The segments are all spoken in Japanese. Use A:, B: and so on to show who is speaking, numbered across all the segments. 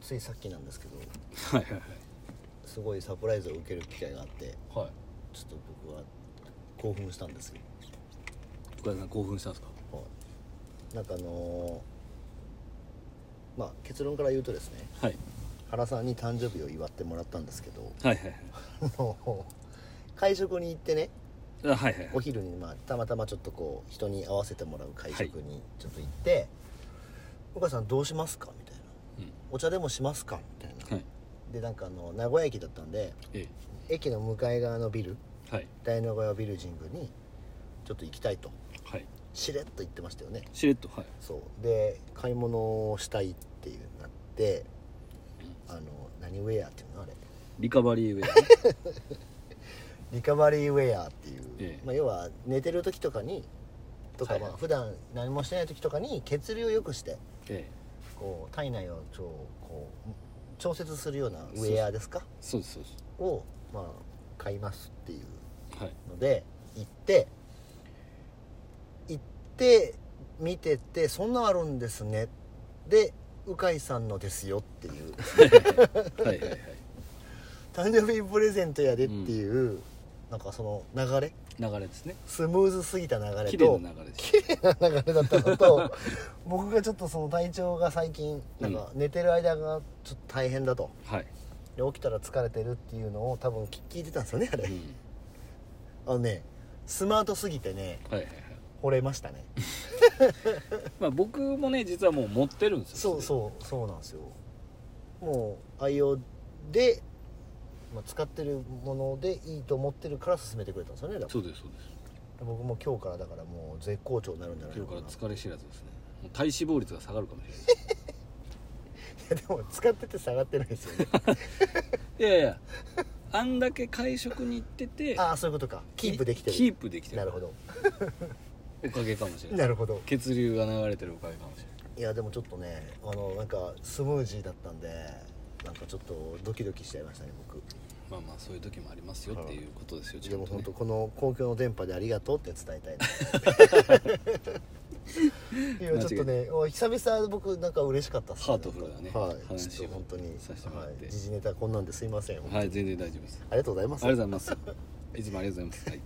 A: ついさっきなんですけど
B: はいはい
A: すごいサプライズを受ける機会があって
B: はいはい
A: ちょっと僕は興奮したんですよ、
B: 岡田さん興奮したんですか
A: はい、なんかあのーまあ結論から言うとですね
B: はい
A: 原さんに誕生日を祝ってもらったんですけど
B: はいはいはい
A: 会食に行ってね
B: あはいはい
A: お昼に、まあ、たまたまちょっとこう人に会わせてもらう会食にちょっと行って「岡、さんどうしますか?」みたいな
B: うん
A: 「お茶でもしますか?」みたいな、
B: はい
A: でなんかあの名古屋駅だったんで
B: え
A: 駅の向かい側のビル
B: えはい
A: 大名古屋ビルジングにちょっと行きたいと
B: はい
A: しれっと言ってましたよね
B: しれっとはい
A: そうで買い物をしたいっていうなってあの何ウェアっていうのあれ
B: リカバリーウェアね
A: リカバリーウェアっていう、
B: ええ
A: まあ、要は寝てる時とかにとか、
B: はい
A: まあ普段何もしてない時とかに血流を良くして
B: ええ
A: こう体内をちょこう調節するようなウェアですか
B: そうですそうです
A: を、まあ、買いますっていう
B: はい
A: ので行って行って見ててそんなんあるんですねで鵜飼さんのですよっていう
B: はいはいはい
A: 誕生日プレゼントやでっていう、なんかその流れ
B: 流れですね
A: スムーズすぎた流れ
B: 綺
A: と
B: 麗な流れです
A: 流れだったのと 僕がちょっとその体調が最近なんか寝てる間がちょっと大変だと
B: はい、
A: で起きたら疲れてるっていうのを多分聞聞いてたんですよねあれ、
B: うん、
A: あのねスマートすぎてね
B: はいはいはい
A: 惚れましたね
B: まあ僕もね実はもう持ってるんですよ
A: そうそうそうなんですよもう愛用で、まあ、使ってるものでいいと思ってるから勧めてくれたんですよねだか
B: そうですそうで
A: ら僕も今日からだからもう絶好調になるんじゃな
B: す
A: いの
B: 今
A: か
B: 日
A: な
B: から
A: い
B: 疲れ知らずですねもう体脂肪率が下がるかもしれない
A: や でも使ってて下がってないですよね
B: いやいやあんだけ会食に行ってて
A: ああそういうことかキープできてる
B: キープできてる
A: なるほど
B: おかげかもしれない
A: なるほど
B: 血流が流れてるおかげかもしれない
A: いやでもちょっとねあのなんかスムージーだったんでなんかちょっとドキドキしちゃいましたね僕
B: まあまあそういう時もありますよっていうことですよち
A: で
B: ゃん
A: も
B: と、ね
A: 本当、この公共の電波でありがとうって伝えたい な今ちょっとねお久々僕なんか嬉しかったっす
B: ハートフルなね
A: はい
B: 話を
A: ちょっと本当に
B: させてもらって
A: はい時事ネタこんなんですいません、あ
B: はい全然大丈夫です
A: りがとうござい
B: あ
A: ます
B: りが
A: 行
B: とうございますいつもありがとうございますはい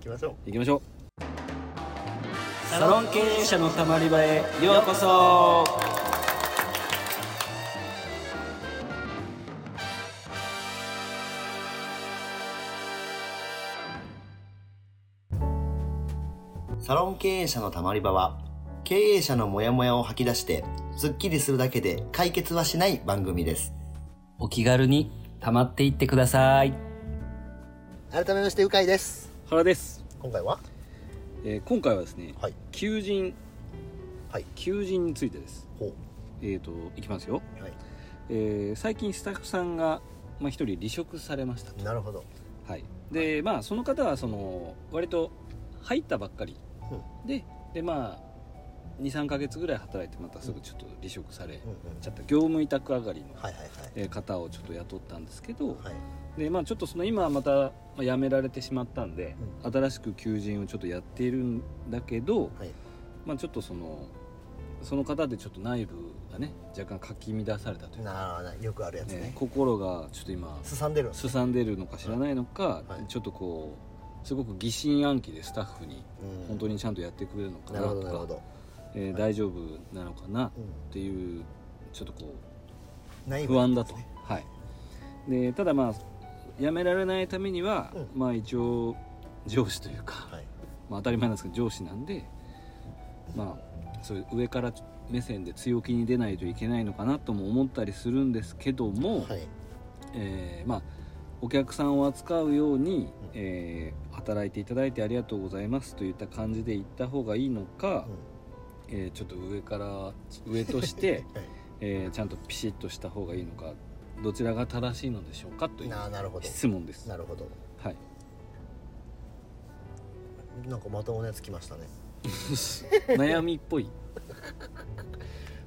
A: きましょう
B: 行きましょう
C: サロン経営者のたまり場へようこそ
A: サロン経営者のたまり場は経営者のモヤモヤを吐き出してすっきりするだけで解決はしない番組です
C: お気軽にたまっていってください
A: 改めましてうかいです
B: 原です、
A: 今回は
B: えー今回はですね
A: はい
B: 求人
A: はい
B: 求人についてです
A: ほ
B: えっ、といきますよ、
A: うはい
B: えー最近スタッフさんがまあ、一人離職されました
A: なるほど
B: はい、でまあその方はその割と入ったばっかりででまあ23か月ぐらい働いてまたすぐちょっと離職され
A: うんうん
B: ちゃった業務委託上がりの
A: はいはい
B: えー方をちょっと雇ったんですけど
A: はいはい
B: でまあちょっとその今またまあ辞められてしまったんで新しく求人をちょっとやっているんだけど
A: はい
B: まあちょっとそのその方でちょっと内部がね若干かき乱されたというか、
A: なあよくあるやつ
B: ね
A: ね、
B: 心がちょっと今
A: すさんでるんです
B: すさんでるのか知らないのか、
A: はい
B: ちょっとこうすごく疑心暗鬼でスタッフに
A: うん
B: 本当にちゃんとやってくれるのか
A: な
B: な
A: るほど
B: と
A: なるほ
B: か、
A: ど、
B: えー大丈夫なのかなっ
A: うん
B: ていうちょっとこ
A: 内
B: う
A: 部
B: 不安だと、
A: ですね
B: はいでただまあ辞められないためには、
A: う
B: まあ一応上司というか、
A: はい
B: まあ、当たり前なんですけど上司なんでまあそういう上から目線で強気に出ないといけないのかなとも思ったりするんですけども、
A: はい
B: えーまあお客さんを扱うように、えー働いていただいてありがとうございますといった感じで言った方がいいのか、えーちょっと上から上と して、
A: はい
B: えーちゃんとピシッとした方がいいのかどちらが正しいのでしょうかと
A: うん
B: いう
A: なあなるほど
B: 質問です。
A: なるほど
B: はい、
A: なんかまともなやつきましたね
B: 悩みっぽい、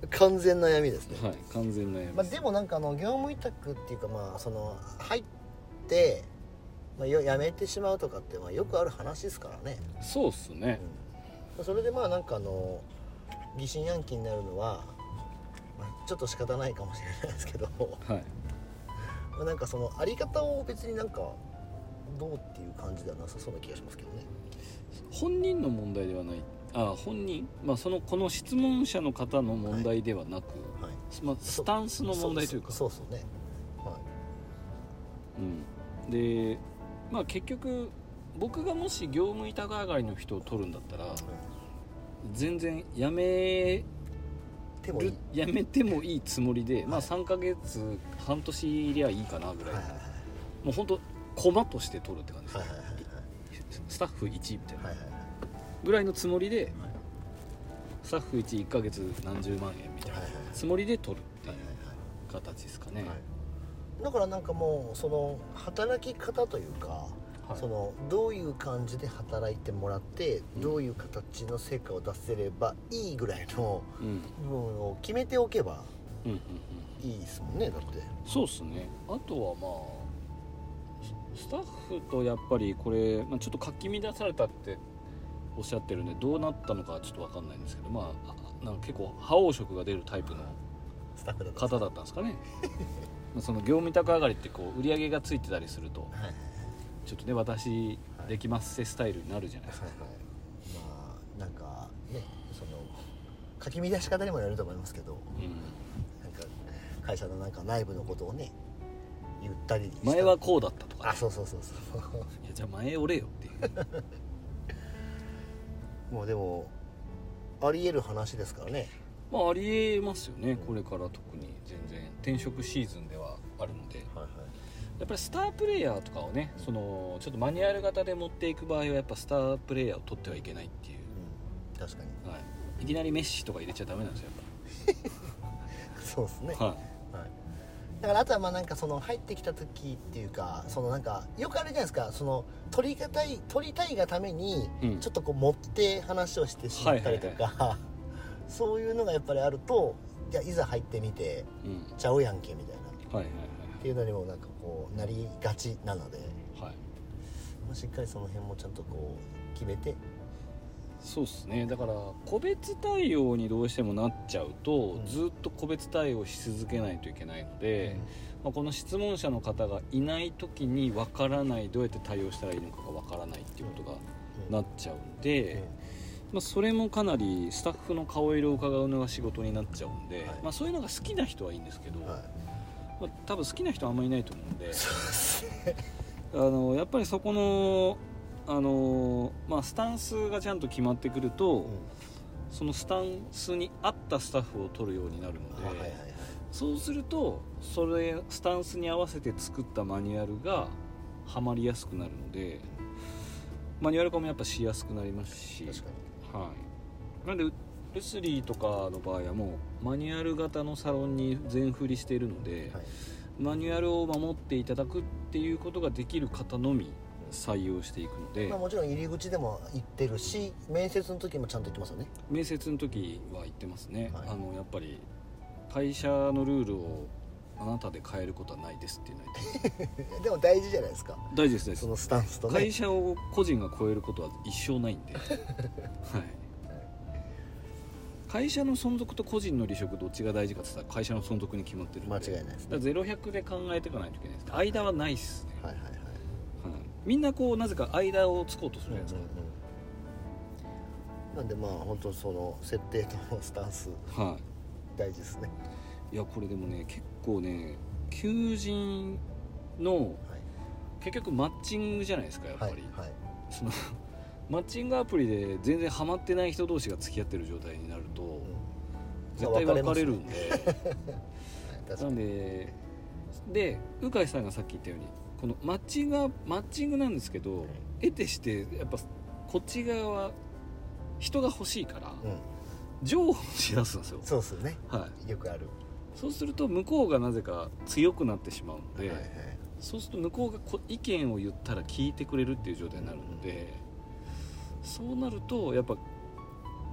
A: 完全悩みですね、
B: はい、完全悩み
A: まあ、
B: です、
A: でもなんかあの業務委託っていうかまあその入って、まあ、よ辞めてしまうとかってまあよくある話ですからね、
B: そうっすね、
A: うん、それでまあなんかあの疑心暗鬼になるのは、まあちょっと仕方ないかもしれないですけど
B: はい
A: まあなんかそのあり方を別になんかどうっていう感じではなさそうな気がしますけどね
B: 本人の問題ではないあ本人、まあ、そのこの質問者の方の問題ではなく、
A: はい
B: まあ、スタンスの問題というか
A: そうそうそうそうねは
B: うん、で、まあ、結局僕がもし業務委託上がりの人を取るんだったら全然やめ
A: い手もいい
B: るやめてもいいつもりで、まあ、
A: はい
B: 3ヶ月半年いりゃいいかなぐらい、
A: はいはい
B: もう本当駒として取るって感じです
A: はい
B: ね、
A: はい
B: スタッフ1みたいな、
A: はいはいはい
B: ぐらいのつもりで
A: はい
B: スタッフ11ヶ月何十万円みたいな
A: はいはいはい
B: つもりで取るってい
A: はいは
B: う
A: いはい
B: 形ですかね、
A: はい、だからなんかもうその働き方というか、
B: はい
A: そのどういう感じで働いてもらって、
B: うん
A: どういう形の成果を出せればいいぐらいの
B: うんうん
A: 部分を決めておけば
B: うんうん
A: いいですもんねだって
B: そうっすねあとはまあススタッフとやっぱりこれ、まあ、ちょっとかき乱されたっておっしゃってるんでどうなったのかちょっと分かんないんですけどまああなんか結構覇王色が出るタイプの
A: スタッフだと
B: 方だったんですか ねまあその業務委託上がりってこう売り上げがついてたりすると
A: はいはいはい
B: ちょっとね私できますせスタイルになるじゃないですか
A: はいまあなんかねそのかき乱し方にもよると思いますけど
B: うん
A: なんか会社のなんか内部のことをね言ったりした
B: 前はこうだったとか
A: あ
B: ね
A: そうそうそうそう
B: いやじゃあ前折れよっていう
A: もうでもありえる話ですからね
B: まあありえますよねこれから特に全然転職シーズンではあるので
A: はいはい
B: やっぱりスタープレイヤーとかをねそのちょっとマニュアル型で持っていく場合はやっぱスタープレイヤーを取ってはいけないってい
A: うん確かに
B: う、はい、いきなりメッシとか入れちゃダメなんですよ
A: そうですね、
B: やっぱ、はい、
A: はいだからあとはまあなんかその入ってきた時っていうかそのなんかよくあるじゃないですかその取りがたい取りたいがために
B: うん
A: ちょっとこう持って話をしてしまったりとか、そういうのがやっぱりあるとじゃあいざ入ってみて
B: うん、
A: ちゃうやんけみたいなっ
B: はいはい
A: ていうのにもなんかこうなりがちなので
B: はいはい
A: まあしっかりその辺もちゃんとこう決めて
B: そうっすねだから個別対応にどうしてもなっちゃうと、
A: うん
B: ずっと個別対応し続けないといけないので、まあ、この質問者の方がいない時にわからないどうやって対応したらいいのかがわからないっていうことが
A: うん
B: なっちゃうんで、まあ、それもかなりスタッフの顔色を伺うのが仕事になっちゃうんで、
A: はい
B: まあ、そういうのが好きな人はいいんですけど、
A: うんはい
B: まあ、多分好きな人はあんまりいないと思うんで
A: そうですね
B: あのやっぱりそこのあの、まあ、スタンスがちゃんと決まってくると、そのスタンスに合ったスタッフを取るようになるの
A: あ
B: で、
A: はいはいはい
B: そうするとそれスタンスに合わせて作ったマニュアルがはまりやすくなるのでマニュアル化もやっぱしやすくなりますし。
A: 確かに
B: はい、なんでレスリーとかの場合はもうマニュアル型のサロンに全振りしているので、
A: はい
B: マニュアルを守っていただくっていうことができる方のみ採用していくので
A: まあ、もちろん入り口でも行ってるし面接の時もちゃんと行ってますよね
B: 面接の時は言ってますね、
A: はい
B: あのやっぱり会社のルールをあなたで変えることはないですっていうのは言ってます
A: でも大事じゃないですか
B: 大事ですね
A: そのスタンスと
B: 会
A: ね
B: 社を個人が超えることは一生ない んで、はい、会社の存続と個人の離職どっちが大事かって言ったら会社の存続に決まってるんで
A: 間違いないですね
B: だから0100で考えていかないといけないです間はないっすね、
A: はいはいはい
B: はいみんなこうなぜか間をつこうとするじゃないですか、
A: なんでまあ本当その設定とスタンス
B: はい
A: 大事ですね
B: いやこれでもね結構ね求人の
A: はい
B: 結局マッチングじゃないですかやっぱ
A: はい
B: り、
A: はい
B: そのマッチングアプリで全然ハマってない人同士が付き合ってる状態になると、
A: うん
B: 絶対別れるんで、
A: 確か
B: なん
A: に
B: でで鵜飼さんがさっき言ったようにこのマッチングはマッチングなんですけど、
A: い
B: 得てしてやっぱこっち側は人が欲しいから
A: うん
B: 譲歩しだすんですよ、
A: そうですよね
B: はい、
A: よくある
B: そうすると向こうがなぜか強くなってしまうので、
A: はいはい
B: そうすると向こうがこ意見を言ったら聞いてくれるっていう状態になるので、そうなるとやっぱ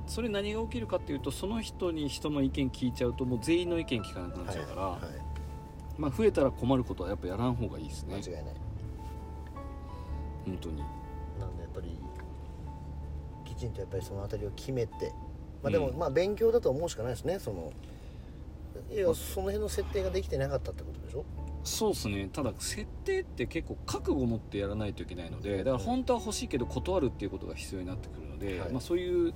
B: それ何が起きるかっていうとその人に人の意見聞いちゃうともう全員の意見聞かなくなっちゃうから、
A: はい
B: まあ、増えたら困ることはやっぱやらん方がいいです
A: 間
B: ね
A: 違いない
B: 本当に
A: なんでやっぱりきちんとやっぱりその辺りを決めてまあでも
B: うん
A: まあ勉強だと思うしかないですねそのいやその辺の設定ができてなかったってことでしょ
B: そうですねただ設定って結構覚悟を持ってやらないといけないのでだから本当は欲しいけど断るっていうことが必要になってくるので、
A: はい
B: まあ、そういう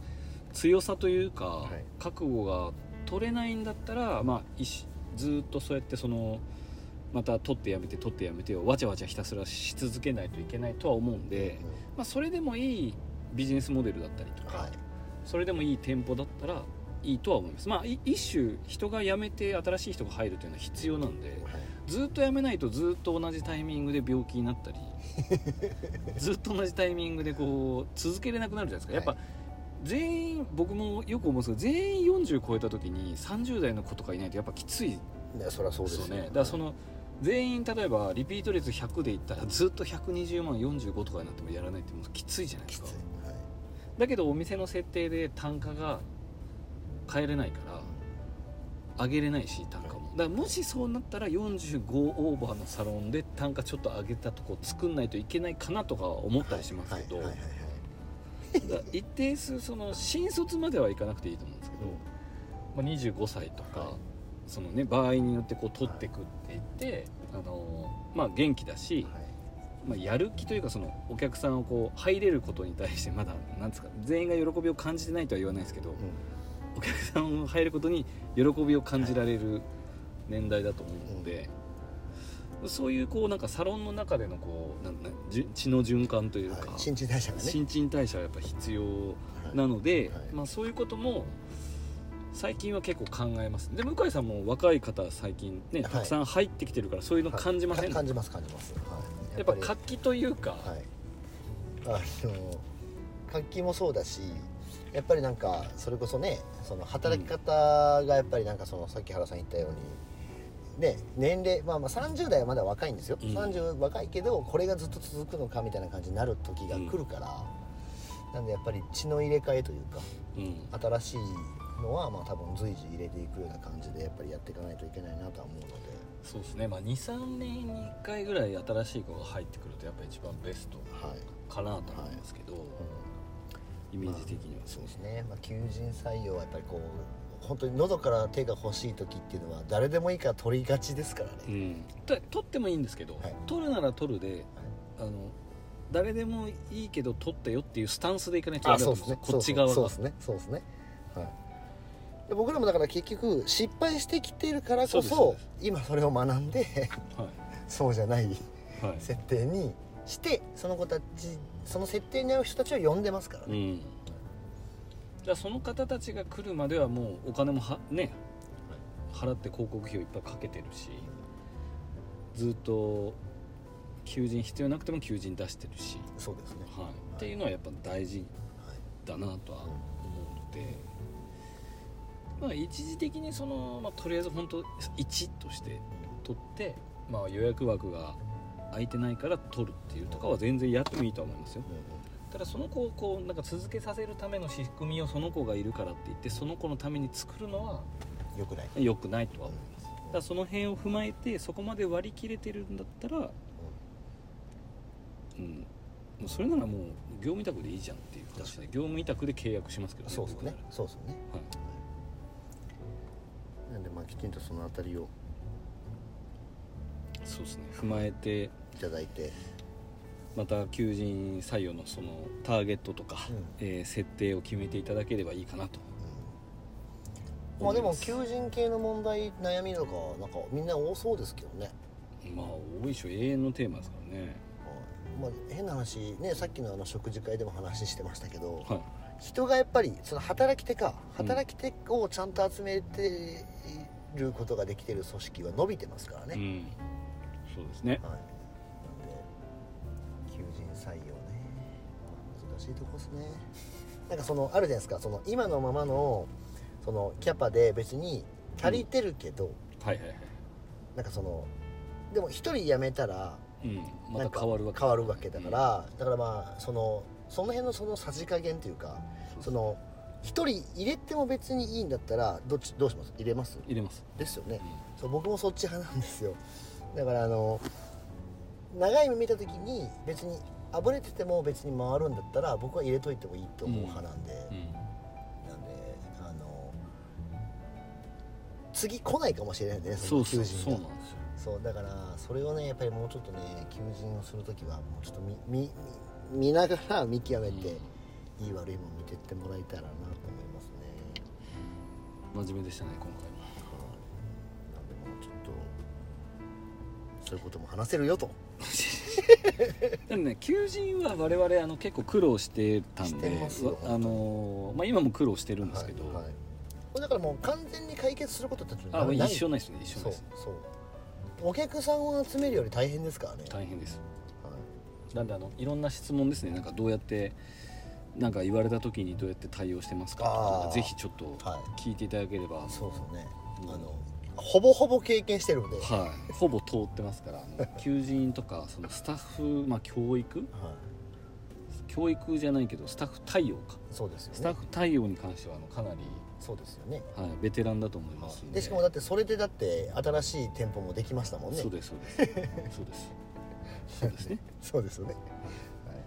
B: 強さというか、
A: い
B: 覚悟が取れないんだったら、まあ、いしずーっとそうやってそのまた取ってやめて取ってやめてをわちゃわちゃひたすらし続けないといけないとは思うんで、まあ、それでもいいビジネスモデルだったりと
A: うん
B: か、
A: はい
B: それでもいい店舗だったらいいとは思いますまあい一種人が辞めて新しい人が入るというのは必要なんで。ずっとやめないとずっと同じタイミングで病気に なったりずっと同じタイミングでこう続けれなくなるじゃないですかやっぱ全員僕もよく思うんですけど全員40超えた時に30代の子とかいないとやっぱきつい
A: いやそりゃそう
B: で
A: ですす
B: よ
A: よ
B: ねだからその全員例えばリピート率100でいったらずっと120万45とかになってもやらないってもうきついじゃないで
A: き
B: すか
A: つい、はい
B: だけどお店の設定で単価が変えれないから上げれないし単価もだからもしそうなったら45オーバーのサロンで単価ちょっと上げたとこ作んないといけないかなとかは思ったりしますけど
A: はいはいはい
B: だから一定数その新卒まではいかなくていいと思うんですけど、まあ、25歳とか、
A: はい
B: そのね場合によってこう取ってくっていって、あのまあ、元気だし、
A: はい
B: まあ、やる気というかそのお客さんをこう入れることに対してまだなんですか全員が喜びを感じてないとは言わないですけど、お客さんを入ることに喜びを感じられる年代だと思うので、そういうこうなんかサロンの中でのこうなんなんじゅ血の循環という
A: はい
B: か、
A: 新陳代謝がね
B: 新陳代謝はやっぱ必要
A: はい
B: なので、
A: はい
B: まあ、そういうことも最近は結構考えますで向井さんも若い方最近ね
A: はい
B: たくさん入ってきてるからそういうの感じません、
A: か感じます感じます、はい、
B: やっぱ
A: り
B: 活気というか、
A: はい、あの活気もそうだしやっぱりなんかそれこそねその働き方がやっぱりなんかそのさっき原さん言ったようにね年齢まあまあ30代はまだ若いんですよ、
B: うん
A: 30若いけどこれがずっと続くのかみたいな感じになる時が来るから、なんでやっぱり血の入れ替えというか
B: うん
A: 新しいのはまあ多分随時入れていくような感じでやっぱりやっていかないといけないなとは思うので
B: そうですね、まあ、23年に1回ぐらい新しい子が入ってくるとやっぱ一番ベスト
A: はい、
B: かなと思いますけど、
A: うん
B: イメージ的には
A: そうですね、まあ、求人採用はやっぱりこう本当に喉から手が欲しい時っていうのは誰でもいいから取りがちですから
B: う
A: ね、
B: ん、と取ってもいいんですけど、
A: はい
B: 取るなら取るであの誰でもいいけど取ったよっていうスタンスでいかないとダメだと思うんですよこっち側が
A: そうですねそうですねはいで僕らもだから結局失敗してきてるからこ
B: そうです
A: そ
B: そうです
A: 今それを学んで
B: は
A: そうじゃない
B: い、はい
A: 設定にしてその子たちその設定に合う人たちを呼んでますから
B: う
A: ね、
B: ん、じゃあその方たちが来るまではもうお金もはね払って広告費をいっぱいかけてるしずっと求人必要なくても求人出してるし、
A: そうですね、
B: はい、っていうのはやっぱ大事
A: はい
B: だなとは思うので、まあ、一時的にその、まあ、とりあえず本当1として取って、まあ、予約枠が空いてないから取るっていうとかは全然やってもいいとは思いますよ
A: うんうん
B: ただその子をこうなんか続けさせるための仕組みをその子がいるからって言ってその子のために作るのは
A: よくない、
B: 良くないとは思いますただその辺を踏まえてそこまで割り切れてるんだったらうんもうそれならもう業務委託でいいじゃんっていう話
A: 確か
B: で業務委託で契約しますけど
A: そうですね
B: 僕なら
A: そうですね
B: はい
A: なんでまあきちんとそのあたりを
B: そうですね踏まえて
A: いただいて、
B: また求人採用のそのターゲットとか、
A: うん
B: えー設定を決めていただければいいかなと
A: まあで
B: 思い
A: も
B: ます
A: 求人系の問題悩みとかなんかみんな多そうですけどね、
B: まあ多いしょ永遠のテーマですからね
A: まあ、変な話ねさっきのあの食事会でも話してましたけど、
B: はい
A: 人がやっぱりその働き手か働き手をちゃんと集めてることができてる組織は伸びてますから
B: う
A: ね、
B: ん、そうですね
A: はいなんで求人採用ねまあ難しいとこですね なんかそのあるじゃないですかその今のままのそのキャパで別に足りてるけど、
B: はいはいはい、
A: なんかそのでも一人辞めたら
B: うん、
A: な
B: ま
A: んか
B: た変わるわけ
A: 変わるわけだから、だからまあそのその辺のそのさじ加減というか
B: うん
A: その一人入れても別にいいんだったらどっちどうします入れます
B: 入れます、
A: ですよ
B: う
A: ね
B: ん、
A: そう僕もそっち派なんですよだからあの長い目見た時に別にあぶれてても別に回るんだったら僕は入れといてもいいと思う派なんで、
B: うん
A: なんであの次来ないかもしれないんでね
B: そ
A: の
B: うそう
A: 求
B: そう
A: 人
B: なん
A: が
B: ですよ
A: そうだからそれをねやっぱりもうちょっとね求人をする時はもうちょっと見見見見ながら見極めて、いい悪いも見てってもらえたらなと思いますね
B: 真面目でしたね今回も
A: なんでもうちょっとそういうことも話せるよと
B: でもね求人は我々あの結構苦労してたん
A: して
B: で
A: ますよ
B: あのーまあ、今も苦労してるんですけど、
A: はいはいこれだからもう完全に解決することって
B: あもう一
A: 緒
B: 緒ないですね一緒
A: そ
B: ないうです
A: そうお客さんを集めるより大変ですからね、はい、
B: 大変ですなんであのいろんな質問ですねなんかどうやってなんか言われた時にどうやって対応してますかと
A: あ
B: か
A: ー
B: ぜひちょっと
A: はい
B: 聞いていただければ、
A: そうそうね、
B: うん
A: あのほぼほぼ経験してるので、はい
B: はい、ほぼ通ってますからあの求人とかそのスタッフ、まあ、教育教育じゃないけどスタッフ対応か
A: そうですよね
B: スタッフ対応に関してはあのかなり、
A: そうですよね
B: はい、ベテランだと思いますんで
A: でしかもだってそれでだって新しい店舗もできましたもんね
B: そうですそ うですそうですそうですね
A: そうですよね、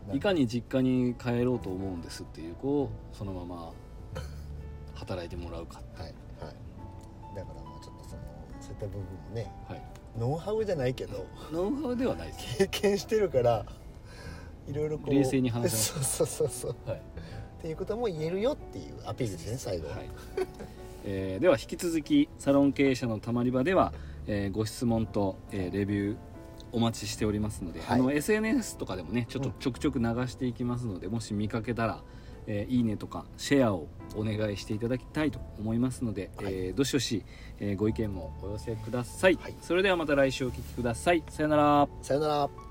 A: はい
B: かに実家に帰ろうと思うんですっていう子をそのまま働いてもらうか
A: はいはいだからまあちょっとそのそういった部分もね
B: はい
A: ノウハウじゃないけど
B: ノウハウではないです
A: 経験してるからいろいろこう
B: 冷静に話せ
A: そうそうそうそう
B: はい、
A: っていうことも言えるよっていうアピールですね最後
B: は
A: はい
B: い えーでは引き続きサロン経営者のたまり場では、えーご質問と、えーレビューお待ちしておりますので、
A: はい
B: あの SNS とかでもねちょっと
A: うん
B: ちょくちょく流していきますので、もし見かけたら、えーいいねとかシェアをお願いしていただきたいと思いますので、
A: はい
B: えーどしどし、えーご意見もお寄せください、
A: はい
B: それではまた来週お聞きくださいさよなら
A: さよなら